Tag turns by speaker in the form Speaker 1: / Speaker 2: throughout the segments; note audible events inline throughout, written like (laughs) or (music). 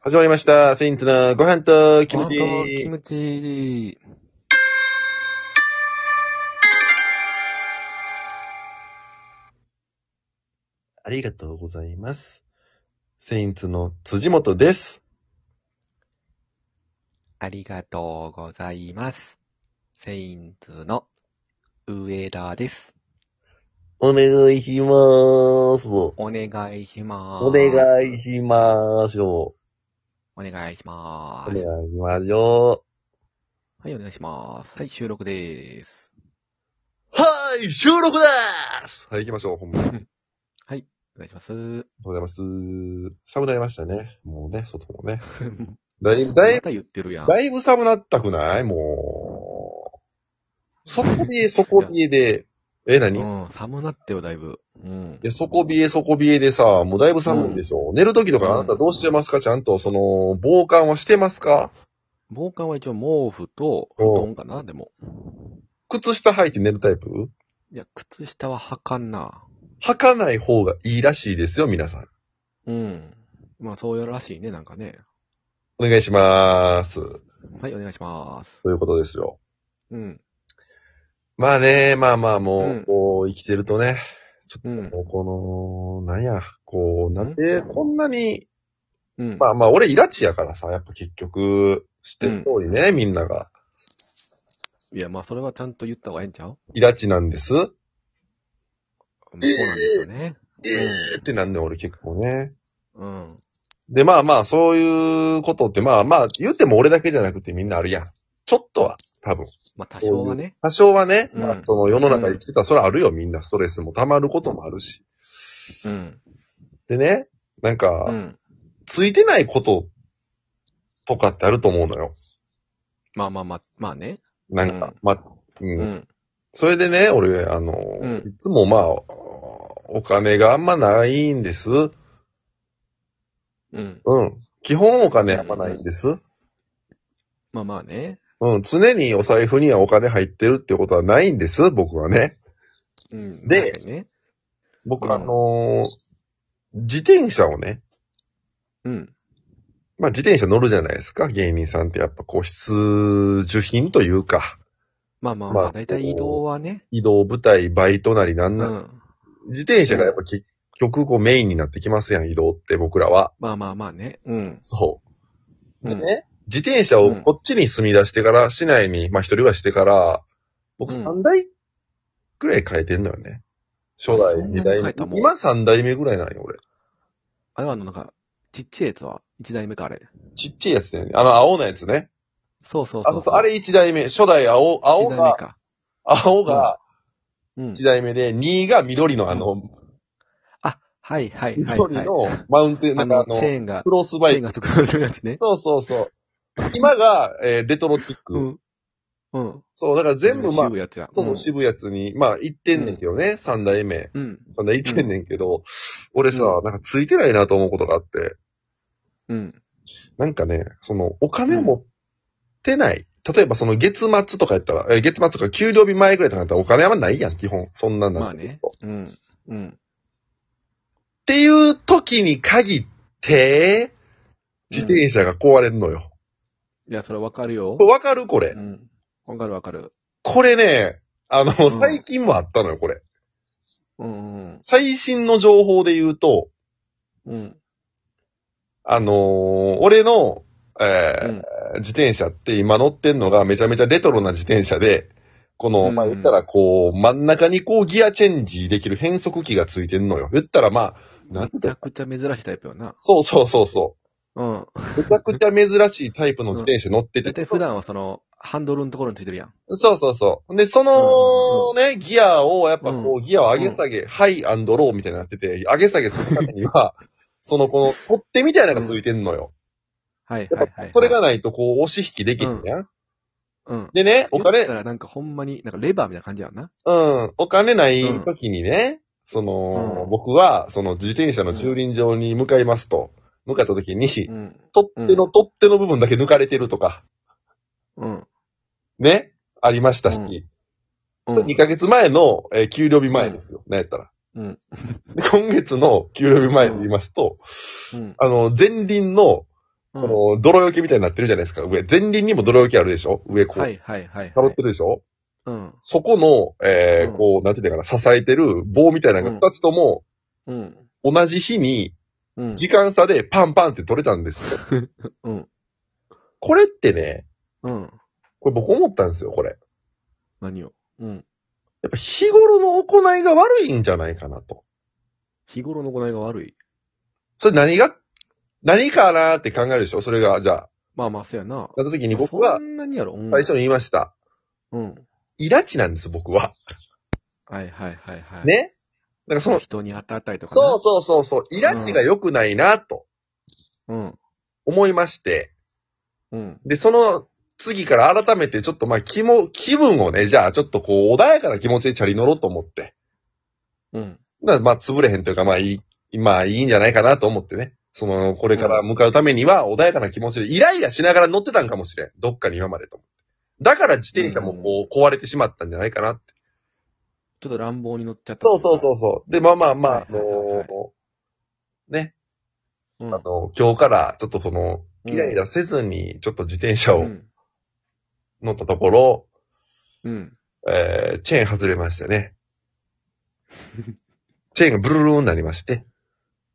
Speaker 1: 始まりました。セインツのご飯とキムチ。
Speaker 2: あとキムチ。
Speaker 1: ありがとうございます。セインツの辻元です。
Speaker 2: ありがとうございます。セインズの上田です。
Speaker 1: お願いします。お
Speaker 2: お願いします。
Speaker 1: 願い。しましょ
Speaker 2: お願いしま
Speaker 1: う。お願い
Speaker 2: す。
Speaker 1: しましょ
Speaker 2: はい、お願いします。はい、収録でーす。
Speaker 1: う。はい収録ですはい、行きましょう、本番。ありがと
Speaker 2: お願いします。
Speaker 1: うございます。寒くなりましたね。もうね、外も (laughs) ね。だいぶ、だ
Speaker 2: ま
Speaker 1: いぶ、
Speaker 2: た言ってるやん。
Speaker 1: だいぶ寒なったくない (laughs) もう。底冷え、底冷えで。え、何
Speaker 2: うん、寒なってよ、だいぶ。うん。
Speaker 1: で、底冷え、底冷えでさ、もうだいぶ寒いでしょ。寝るときとかあなたどうしてますかちゃんと、その、防寒はしてますか
Speaker 2: 防寒は一応毛布と布団かな、でも。
Speaker 1: 靴下履いて寝るタイプ
Speaker 2: いや、靴下は履かんな。
Speaker 1: 履かない方がいいらしいですよ、皆さん。
Speaker 2: うん。まあ、そうやらしいね、なんかね。
Speaker 1: お願いしまーす。
Speaker 2: はい、お願いします。
Speaker 1: ということですよ。
Speaker 2: うん。
Speaker 1: まあね、まあまあもう、
Speaker 2: うん
Speaker 1: こう、生きてるとね、
Speaker 2: うん。
Speaker 1: もうこの、なんや、こう、なんでこんなに、
Speaker 2: うん。
Speaker 1: まあまあ、俺、イラチやからさ、やっぱ結局、知ってる通りね、みんなが。
Speaker 2: いや、まあ、それはちゃんと言った方がええんちゃう
Speaker 1: イラチなんです。
Speaker 2: まあそうなんですよね。
Speaker 1: えーってなんねん、俺結構ね。
Speaker 2: うん。
Speaker 1: で、まあまあ、そういうことって、まあまあ、言っても俺だけじゃなくてみんなあるやん。ちょっとは、多分。
Speaker 2: まあ、多少はね。
Speaker 1: 多少はね、
Speaker 2: うん
Speaker 1: まあ、その世の中生きてたらそれはあるよ、みんな。ストレスも溜まることもあるし。
Speaker 2: うん。
Speaker 1: でね、なんか、
Speaker 2: うん。
Speaker 1: ついてないこととかってあると思うのよ。
Speaker 2: まあまあまあ、まあね。
Speaker 1: なんか、
Speaker 2: うん
Speaker 1: まあ、う。
Speaker 2: うんん。
Speaker 1: それでね、俺、あの、
Speaker 2: うん
Speaker 1: いつもまあ、お金があんまないんです。
Speaker 2: うん。
Speaker 1: うん。基本お金あんまないんです。
Speaker 2: まあまあね。
Speaker 1: うん、常にお財布にはお金入ってるってことはないんです、僕はね。
Speaker 2: うん。
Speaker 1: で
Speaker 2: 確かにね。う
Speaker 1: 僕、
Speaker 2: ん
Speaker 1: あのー自転車をね、
Speaker 2: うん。
Speaker 1: まあ自転車乗るじゃないですか、芸人さんってやっぱこう必需品というか、
Speaker 2: まあまあま
Speaker 1: まあ
Speaker 2: あ、だいたい移動はね。
Speaker 1: 移動舞台、バイトなりなん
Speaker 2: う
Speaker 1: なり、
Speaker 2: ん。
Speaker 1: 自転車がやっぱ結局こうメインになってきますやん、移動って僕らは。
Speaker 2: まあまあまあね。うん。
Speaker 1: そう。
Speaker 2: う
Speaker 1: で
Speaker 2: ん。
Speaker 1: ね、自転車をこっちに住み出してから、市内に、まあ一人暮らししてから、僕
Speaker 2: うん
Speaker 1: 3台くらい変えてんのよね。初代、
Speaker 2: そんな
Speaker 1: 2
Speaker 2: に
Speaker 1: 代
Speaker 2: 変
Speaker 1: 目
Speaker 2: えたも。ん
Speaker 1: 今3代目ぐらいなんよ、俺。
Speaker 2: あれはあの、なんか、ちっちゃいやつは、一代目か、あれ。
Speaker 1: ちっちゃいやつだよね。あの、青のやつね。
Speaker 2: そうそう
Speaker 1: あ
Speaker 2: そ
Speaker 1: そう
Speaker 2: う
Speaker 1: そ
Speaker 2: そうう。
Speaker 1: あれ1代目。初代青、青
Speaker 2: 一代目
Speaker 1: が、
Speaker 2: か。
Speaker 1: 青が
Speaker 2: うん
Speaker 1: 1。代目で、2が緑のあの、
Speaker 2: あ、はいはいはい。
Speaker 1: 緑の
Speaker 2: はい
Speaker 1: マウンテン、
Speaker 2: あ
Speaker 1: なんか
Speaker 2: の、
Speaker 1: あ
Speaker 2: チ
Speaker 1: の、
Speaker 2: ェーンが
Speaker 1: ク、ロス
Speaker 2: チ
Speaker 1: バ
Speaker 2: ェ
Speaker 1: イ
Speaker 2: ーン
Speaker 1: ク。
Speaker 2: がつくるやつね。
Speaker 1: そうそうそう。今が、えーレトロキッ
Speaker 2: う
Speaker 1: ク。
Speaker 2: ん。うん。
Speaker 1: そう、だから全部まあ
Speaker 2: 渋、いやつや。
Speaker 1: そうそう、渋いやつに、まあ、行ってんねんけどね、3代目。
Speaker 2: うん。
Speaker 1: 3代行ってんねんけど、俺さ、
Speaker 2: う
Speaker 1: なんかついてないなと思うことがあって、
Speaker 2: うん。
Speaker 1: なんかね、その、お金を持ってない。例えばその月末とかやったら、えー月末とか給料日前ぐらいとかやったらお金あんまないやん、基本。そんなんなんて
Speaker 2: まあね。うん。うん。
Speaker 1: っていう時に限って、自転車が壊れるのよ。
Speaker 2: いや、それわかるよ。
Speaker 1: わ、かるこれ
Speaker 2: う。ん。わかるわかる。
Speaker 1: これね、あの、
Speaker 2: ん
Speaker 1: 最近もあったのよ、これ。
Speaker 2: うんうん
Speaker 1: 最新の情報で言うと、
Speaker 2: うん。うん。
Speaker 1: あのー俺の、えー
Speaker 2: うん
Speaker 1: 自転車って今乗ってんのがめちゃめちゃレトロな自転車で、この、
Speaker 2: うん
Speaker 1: まあ、言ったらこう、真ん中にこうギアチェンジできる変速機がついてんのよ。言ったらまあ、なん
Speaker 2: めち
Speaker 1: て
Speaker 2: ゃ、くちゃ珍しいタイプよな。
Speaker 1: そうそうそうそ
Speaker 2: うん。
Speaker 1: う。めちゃくちゃ珍しいタイプの自転車乗ってて
Speaker 2: だい。たい普段はその、ハンドルのところについてるやん。
Speaker 1: そうそうそう。で、そのね、ギアを、やっぱこう、ギアを上げ下げ、ハイローみたいになってて、上げ下げするために
Speaker 2: (laughs)
Speaker 1: は、その、この、取っ手みたいなのがついてんのよ。
Speaker 2: はいは
Speaker 1: や
Speaker 2: い
Speaker 1: っ
Speaker 2: は
Speaker 1: ぱ
Speaker 2: い。、
Speaker 1: それが、ないと、こう、押し引きできんじゃん。
Speaker 2: うん。
Speaker 1: でね、お金
Speaker 2: だ、からなんかほんまに、なんかレバーみたいな感じやんな。
Speaker 1: うん、お金ない時にね、その、
Speaker 2: うん
Speaker 1: 僕は、その、自転車の駐輪場に向かいますと、向かった時に、取
Speaker 2: うん。
Speaker 1: っ手の、取っ手の部分だけ抜かれてるとか、
Speaker 2: うん。
Speaker 1: ね、ありましたし、
Speaker 2: うん
Speaker 1: それ2ヶ月前の、えー給料日前ですよ。なんやったら。
Speaker 2: うん。
Speaker 1: で今月の給料日前で言いますと、
Speaker 2: うん。
Speaker 1: あの、前輪の、
Speaker 2: うん
Speaker 1: この、泥除けみたいになってるじゃないですか、上。前輪にも泥除けあるでしょ上こう。
Speaker 2: はいはいはい
Speaker 1: 被
Speaker 2: は
Speaker 1: っ
Speaker 2: い。
Speaker 1: てるでしょ
Speaker 2: うん。
Speaker 1: そこの、えー
Speaker 2: うん
Speaker 1: こう、なんていうのかな、支えてる棒みたいなのが二つとも、
Speaker 2: うん。
Speaker 1: 同じ日に、
Speaker 2: うん。
Speaker 1: 時間差でパンパンって取れたんですよ。
Speaker 2: (laughs) うん。
Speaker 1: これってね、
Speaker 2: うん。
Speaker 1: これ僕思ったんですよ、これ。
Speaker 2: 何をうん。
Speaker 1: やっぱ日頃の行いが悪いんじゃないかなと。
Speaker 2: 日頃の行いが悪い。
Speaker 1: それ何が、何かなーって考えるでしょそれが、じゃあ、
Speaker 2: まあまあ、そうやな。
Speaker 1: なった時に僕は
Speaker 2: そんなにやろ。うん。
Speaker 1: 最初に言いました。
Speaker 2: うん。
Speaker 1: イラチなんです、僕は。
Speaker 2: はいはいはいはい。。
Speaker 1: ねだからその、
Speaker 2: 人に当たったりとか、ね。
Speaker 1: そうそうそうそう、イラチが良くないなと
Speaker 2: う。うん。
Speaker 1: 思いまして、
Speaker 2: うん。
Speaker 1: で、その次から改めてちょっとまあ気も、気分をね、じゃあちょっとこう穏やかな気持ちでチャリ乗ろうと思って、
Speaker 2: うん。
Speaker 1: なまあ潰れへんというかまあいい、まあいいんじゃないかなと思ってね。その、これから向かうためには穏やかな気持ちでイライラしながら乗ってたんかもしれん。どっかに今までと。だから自転車もこう壊れてしまったんじゃないかなって。
Speaker 2: ちょっと乱暴に乗っちゃった。
Speaker 1: そうそうそうそう。で、まあまあまあ、
Speaker 2: はいはいはいはい
Speaker 1: あのーね、
Speaker 2: う。うん。
Speaker 1: あの、今日からちょっとその、
Speaker 2: うん
Speaker 1: イライラせずに、ちょっと自転車
Speaker 2: う
Speaker 1: を
Speaker 2: ん。
Speaker 1: 乗ったところ、
Speaker 2: うん。
Speaker 1: えー、チェーン外れましてね。チェーンがブルルーンになりまして、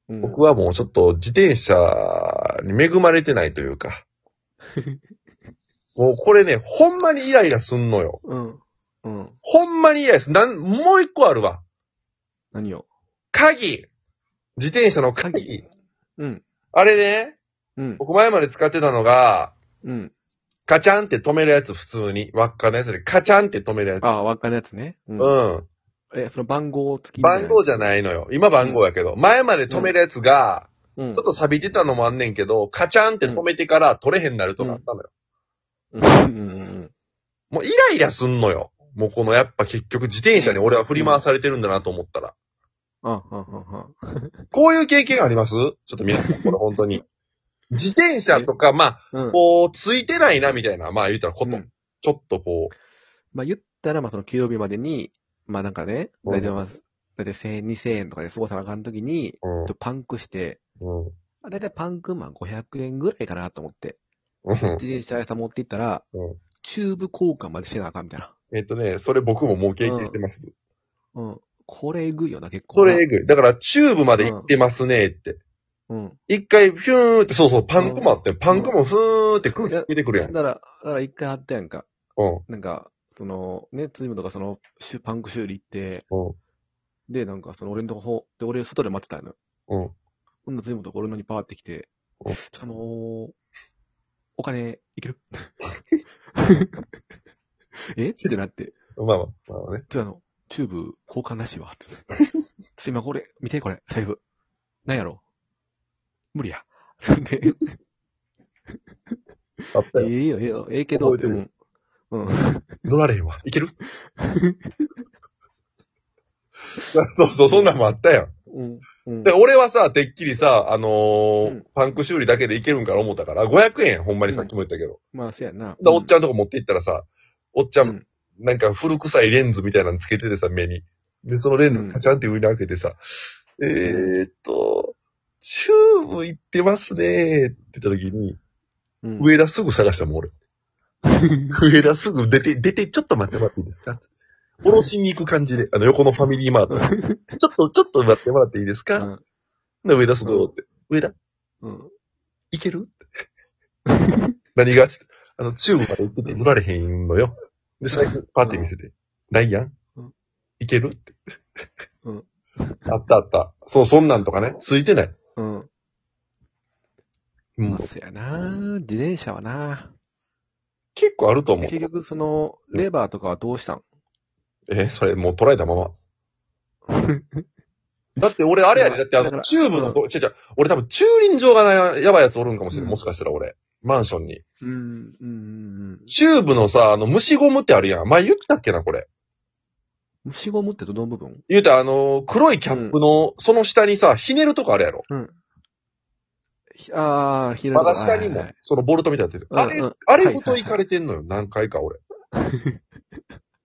Speaker 2: うん
Speaker 1: 僕はもうちょっと自転車に恵まれてないという
Speaker 2: (laughs)
Speaker 1: か。もうこれね、ほんまにイライラすんのよ。
Speaker 2: うん。うん。
Speaker 1: ほんまにイライラする。なん、もう一個あるわ。
Speaker 2: 何を
Speaker 1: 鍵自転車の鍵。
Speaker 2: 鍵うん。
Speaker 1: あれね、
Speaker 2: うん。
Speaker 1: 僕前まで使ってたのが、
Speaker 2: うん。
Speaker 1: カチャンって止めるやつ普通に。輪っかのやつでカチャンって止めるやつ。
Speaker 2: ああ、輪っかのやつね。う
Speaker 1: うん。
Speaker 2: え、その番号付きみたい
Speaker 1: 番号じゃ
Speaker 2: い。
Speaker 1: ないのよ。今番号やけど。前まで止めるやつが、
Speaker 2: うん。
Speaker 1: ちょっと錆びてたのもあんねんけど、カチャンって止めてから取れへんなるとかあったのよ。
Speaker 2: うん。うん。
Speaker 1: もうイライラすんのよ。もうこのやっぱ結局自転車に俺は振り回されてるんだなと思ったら。
Speaker 2: あ、あ、あ、あ。
Speaker 1: こういう経験ありますちょっと皆さん、これ本当に。自転車とか、ま
Speaker 2: う
Speaker 1: あ、
Speaker 2: ん。
Speaker 1: こう、ついてないなみたいな、まあ言うたらこと。
Speaker 2: うん
Speaker 1: ちょっとこう、
Speaker 2: まあ言ったら、まあその給料日までに、まあなんかね、
Speaker 1: うん
Speaker 2: 大体まあ、大体1000円、2000円とかで過ごさなあかんとき
Speaker 1: う
Speaker 2: に、
Speaker 1: ん
Speaker 2: ちょっとパンクして、
Speaker 1: うん。
Speaker 2: まあ大体パンクまあ500円ぐらいかなと思って、
Speaker 1: うん。
Speaker 2: 自転車屋さん持って行ったら
Speaker 1: うん、
Speaker 2: チューブ交換までしてなあかんみたいな。
Speaker 1: えっとね、それ僕ももう経験してます。
Speaker 2: うん。これえぐいよな、結構。
Speaker 1: それえぐい。だから、チューブまで行ってますねって。
Speaker 2: うん。
Speaker 1: 一回、ヒューンって、そうそう、パンクもあって、パンクもふーンって空気出てくるや
Speaker 2: だ
Speaker 1: ん。
Speaker 2: から、だから一回あったやんか。
Speaker 1: うん。
Speaker 2: なんか、その、ね、ツイムとかその、シュパンク修理行って、
Speaker 1: うん。
Speaker 2: で、なんかその俺のとこ、で、俺外で待ってたのよ。
Speaker 1: うん。
Speaker 2: ほんならツイムとか俺のにパーって来て、ち
Speaker 1: う
Speaker 2: ょ
Speaker 1: ん
Speaker 2: っとあのーお金、いける (laughs) えってなって、
Speaker 1: まあまあ、まあね。
Speaker 2: ちょっとあの、チューブ交換なしわ。つってちょっと今これ、見てこれ、財布。なんやろ無理や。で、
Speaker 1: あったよ。
Speaker 2: ええよ、ええよ、ええけど、
Speaker 1: 覚えてる
Speaker 2: うん。うん。
Speaker 1: 乗られへんわ。 (laughs) いけるそうそう、そんなんもあったやん。
Speaker 2: うん。うん
Speaker 1: で、俺はさ、てっきりさ、あのー
Speaker 2: うん
Speaker 1: パンク修理だけでいけるんから思ったから、500円、ほんまにさっきも言ったけど。
Speaker 2: まあ、せやな。
Speaker 1: で、おっちゃんとこ持って行ったらさ、おっちゃん、
Speaker 2: うん
Speaker 1: なんか古臭いレンズみたいなのつけててさ、目に。で、そのレンズカチャンって上に開けてさ、えーっと、チューブ行ってますねーって言った時に、
Speaker 2: うん。
Speaker 1: 上田すぐ探したもん、俺。上田すぐ出て、出て、ちょっと待ってもらっていいですかおろしに行く感じで、あの、横のファミリーマート。ちょっと、ちょっと待ってもらっていいです
Speaker 2: う
Speaker 1: か、
Speaker 2: ん。
Speaker 1: で上田すぐ戻って。上田、
Speaker 2: うん。
Speaker 1: いけ
Speaker 2: (laughs)
Speaker 1: る何がつってあの、チューブまで行ってて乗られへんのよ。で、最後、パーティー見せて。ないやん
Speaker 2: うん
Speaker 1: いけるって。
Speaker 2: うん
Speaker 1: あったあった。そう、そんなんとかね。ついてない。
Speaker 2: うん。
Speaker 1: うん
Speaker 2: まあ、そやな。自転車はな。
Speaker 1: 結構あると思う。
Speaker 2: 結局、その、レバーとかはどうしたん
Speaker 1: え、それもう捉えたまま。 (laughs) だって俺、あれやで、
Speaker 2: い
Speaker 1: だ
Speaker 2: や
Speaker 1: ってあ
Speaker 2: だか
Speaker 1: の、
Speaker 2: ら
Speaker 1: チューブのと、違う違う、俺多分駐輪場がなやばいやつおるんかもしれん。
Speaker 2: うん
Speaker 1: もしかしたら俺。マンションに。
Speaker 2: うん、うん、うん。
Speaker 1: チューブのさ、あの、虫ゴムってあるやん。前言ったっけな、これ。
Speaker 2: 虫ゴムってどの部分
Speaker 1: 言うたら、あのー黒いキャップの、その下にさ、ひねるとこあるやろ。
Speaker 2: ひああ、ひら
Speaker 1: ま
Speaker 2: が
Speaker 1: だ
Speaker 2: な
Speaker 1: 下に
Speaker 2: は
Speaker 1: も
Speaker 2: いはい、
Speaker 1: そのボルトみたいになってる。
Speaker 2: うん
Speaker 1: あれ
Speaker 2: うん、
Speaker 1: あれごと行かれてんのよ、何回か
Speaker 2: (laughs)
Speaker 1: 俺。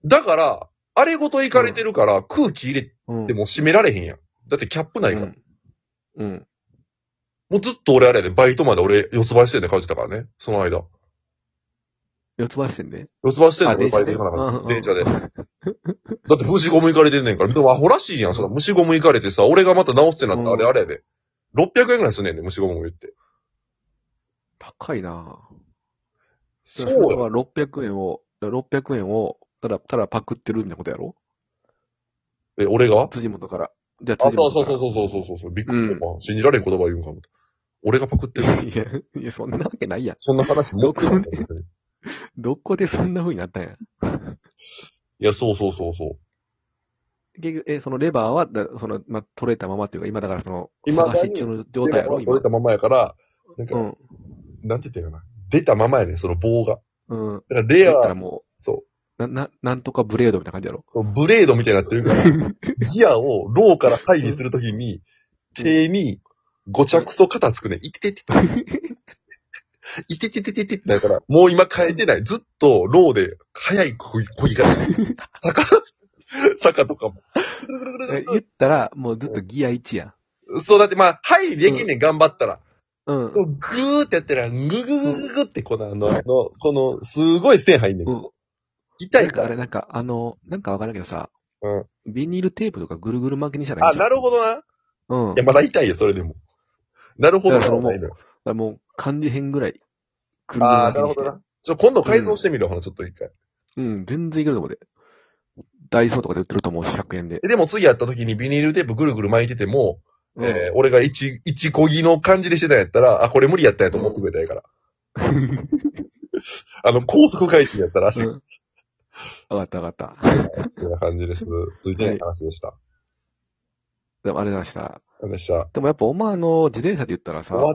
Speaker 1: だから、あれごと行かれてるから、空気入れ
Speaker 2: はいうん。
Speaker 1: ても閉められへんやん。だってキャップないか
Speaker 2: う
Speaker 1: ら。
Speaker 2: ん。うん。
Speaker 1: もうずっと俺あれやで、バイトまで俺、四つ橋店で通ってたからね。その間。
Speaker 2: 四つ橋線で。
Speaker 1: 四つ橋店で
Speaker 2: あ
Speaker 1: 俺
Speaker 2: 電
Speaker 1: バ
Speaker 2: 車
Speaker 1: イト
Speaker 2: で
Speaker 1: 行かなかった。電車
Speaker 2: うん
Speaker 1: で。だって虫ゴム行かれてんねんから。でもアホらしいやん。その虫ゴム行かれてさ、俺がまた直すってなったら、
Speaker 2: う
Speaker 1: あ
Speaker 2: ん
Speaker 1: れあれやで。600円ぐらいすんねんね、虫ゴム言って。
Speaker 2: 高いなぁ。
Speaker 1: そうや。
Speaker 2: は600円を、600円を、ただ、ただパクってるみたいなことやろ
Speaker 1: え、俺が
Speaker 2: 辻元から。じゃあ
Speaker 1: あ、
Speaker 2: 辻
Speaker 1: そう
Speaker 2: 元か
Speaker 1: そう
Speaker 2: ら。
Speaker 1: そうそうそうそうそう。びっくりした、
Speaker 2: うん
Speaker 1: まあ信じられん言葉言うんかも。俺がパクってる。
Speaker 2: いや、いや、そんなわけないやん。
Speaker 1: そんな話持ってない。
Speaker 2: どこでそんな風になったんや。
Speaker 1: いや、そうそうそうそう。
Speaker 2: 結局、え、そのレバーは、だその、まあ、取れたままっていうか、今だからその、
Speaker 1: 今
Speaker 2: 探し中の状態
Speaker 1: で
Speaker 2: やろ、
Speaker 1: も取れ
Speaker 2: 今。
Speaker 1: たままやから、なんか、
Speaker 2: うん。
Speaker 1: なんて言ったんやろな。出たままやねん、その棒が。
Speaker 2: うん。
Speaker 1: だから
Speaker 2: だ
Speaker 1: レ
Speaker 2: ったら
Speaker 1: ア、
Speaker 2: も
Speaker 1: そう、
Speaker 2: う、な、な、なんとかブレードみたいな感じやろ。
Speaker 1: そうブレードみたいになってる
Speaker 2: (laughs)
Speaker 1: から、ギアをローからハイにするときに、
Speaker 2: うん
Speaker 1: 手に、ごちゃくそ肩つくねん。いてててて。 (laughs) いてててててだから、もう今変えてない。ずっとローで、速い恋、恋が、坂、坂とかも。
Speaker 2: (laughs) え言ったら、もうずっとギア1やん。
Speaker 1: そう、だってまあ、ハイにできんねん、頑張ったら。
Speaker 2: うん。
Speaker 1: こうグーってやったら、ググググググって、このあの、あの、この、すごい線入んね。
Speaker 2: うんん。
Speaker 1: 痛い
Speaker 2: なんか
Speaker 1: か
Speaker 2: あれ、
Speaker 1: ら。
Speaker 2: なんか、あの、なんかわからんけどさ、
Speaker 1: うん
Speaker 2: ビニールテープとかぐるぐる巻きにしたらい
Speaker 1: あ、
Speaker 2: いじゃん。
Speaker 1: なるほどな。い
Speaker 2: うん。
Speaker 1: や、
Speaker 2: だか
Speaker 1: まだ痛いよ、それでも。なるほど
Speaker 2: い
Speaker 1: な。
Speaker 2: やそれも
Speaker 1: ないのよ
Speaker 2: らもう、漢字編ぐらい、くるぐる
Speaker 1: ああ、
Speaker 2: 巻き
Speaker 1: なる
Speaker 2: に
Speaker 1: ほ
Speaker 2: して
Speaker 1: ど。な。ちょ、今度改造してみる、ほら、ちょっと一回。
Speaker 2: うん、全然いけると思うで。ダイソーとかで売ってると思うし、100円で。
Speaker 1: えでも次やった時にビニールテープぐるぐる巻いてても、
Speaker 2: うん
Speaker 1: えー俺が一、一こぎの感じでしてたんやったら、あ、これ無理やったんやと思ってくれたんや
Speaker 2: (laughs)
Speaker 1: から。あの、高速回転やったら足
Speaker 2: う
Speaker 1: が、
Speaker 2: ん。わかったわかった。
Speaker 1: こんな感じです。ついてない話でした。
Speaker 2: でもあれでした。
Speaker 1: ありがとうございました。
Speaker 2: でもやっぱお前あの自転車って言ったらさ、
Speaker 1: 終わっ